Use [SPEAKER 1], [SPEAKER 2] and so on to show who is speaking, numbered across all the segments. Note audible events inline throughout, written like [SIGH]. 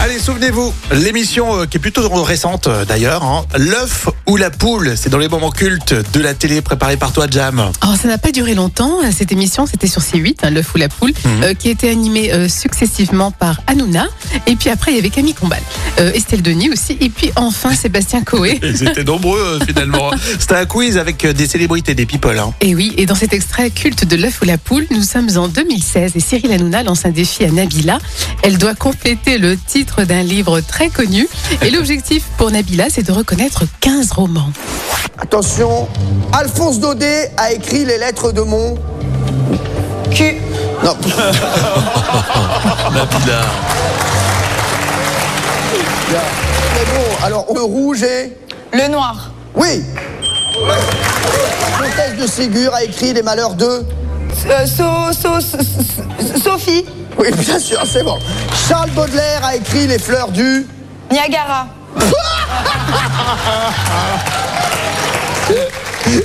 [SPEAKER 1] Allez, souvenez-vous, l'émission euh, qui est plutôt récente euh, d'ailleurs, hein, l'œuf ou la poule, c'est dans les moments cultes de la télé préparée par toi, Jam.
[SPEAKER 2] Alors, ça n'a pas duré longtemps. Cette émission, c'était sur C8, hein, l'œuf ou la poule,
[SPEAKER 1] Mhm.
[SPEAKER 2] euh, qui était animée euh, successivement par Hanouna. Et puis après, il y avait Camille Combal, euh, Estelle Denis aussi. Et puis enfin, Sébastien Coé.
[SPEAKER 1] [LAUGHS] Ils étaient nombreux euh, [LAUGHS] finalement. C'était un quiz avec euh, des célébrités, des people. hein.
[SPEAKER 2] Et oui, et dans cet extrait culte de l'œuf ou la poule, nous sommes en 2016 et Cyril Hanouna lance un défi à Nabila. Elle doit compléter le titre d'un livre très connu. Et l'objectif pour Nabila, c'est de reconnaître 15 romans.
[SPEAKER 3] Attention, Alphonse Daudet a écrit les lettres de mon cul. Non, mais bon, alors le rouge et.
[SPEAKER 4] Le noir.
[SPEAKER 3] Oui La comtesse de Ségur a écrit les malheurs de.
[SPEAKER 4] Euh, so, so, so- so- Sophie.
[SPEAKER 3] Oui, bien sûr, c'est bon. Charles Baudelaire a écrit les fleurs du.
[SPEAKER 4] Niagara.
[SPEAKER 3] Les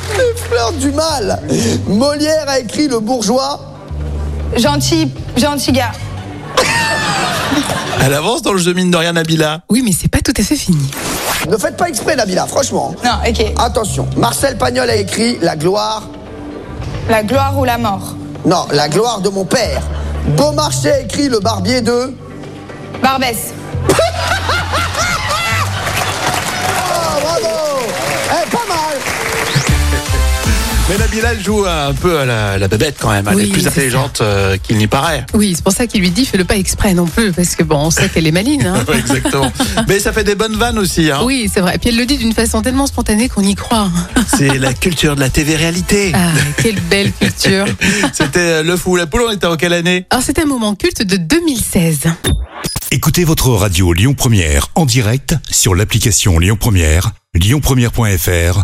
[SPEAKER 3] fleurs du mal Molière a écrit le bourgeois.
[SPEAKER 4] Gentil, gentil gars.
[SPEAKER 1] Elle avance dans le jeu mine de rien, Nabila.
[SPEAKER 2] Oui, mais c'est pas tout à fait fini.
[SPEAKER 3] Ne faites pas exprès, Nabila, franchement.
[SPEAKER 4] Non, ok.
[SPEAKER 3] Attention, Marcel Pagnol a écrit La gloire.
[SPEAKER 4] La gloire ou la mort.
[SPEAKER 3] Non, la gloire de mon père. Beaumarchais a écrit le barbier de.
[SPEAKER 4] Barbès.
[SPEAKER 3] Ah, bravo Eh, pas mal
[SPEAKER 1] Mais Nabila elle joue un peu à la, la bébête quand même. Elle
[SPEAKER 2] Oui,
[SPEAKER 1] est plus
[SPEAKER 2] c'est
[SPEAKER 1] intelligente euh, qu'il n'y paraît.
[SPEAKER 2] Oui, c'est pour ça qu'il lui dit fais-le pas exprès non plus, parce que bon, on sait qu'elle est maligne. hein.
[SPEAKER 1] [LAUGHS] Ouais, exactement. Mais ça fait des bonnes vannes aussi. Hein.
[SPEAKER 2] Oui, c'est vrai. Et puis elle le dit d'une façon tellement spontanée qu'on y croit.
[SPEAKER 1] C'est la culture de la TV-réalité.
[SPEAKER 2] Ah, quelle belle culture.
[SPEAKER 1] C'était euh, l'œuf ou la poule, on était en quelle année
[SPEAKER 2] Alors, c'est un moment culte de 2016.
[SPEAKER 5] Écoutez votre radio Lyon Première en direct sur l'application Lyon Première, lyonpremière.fr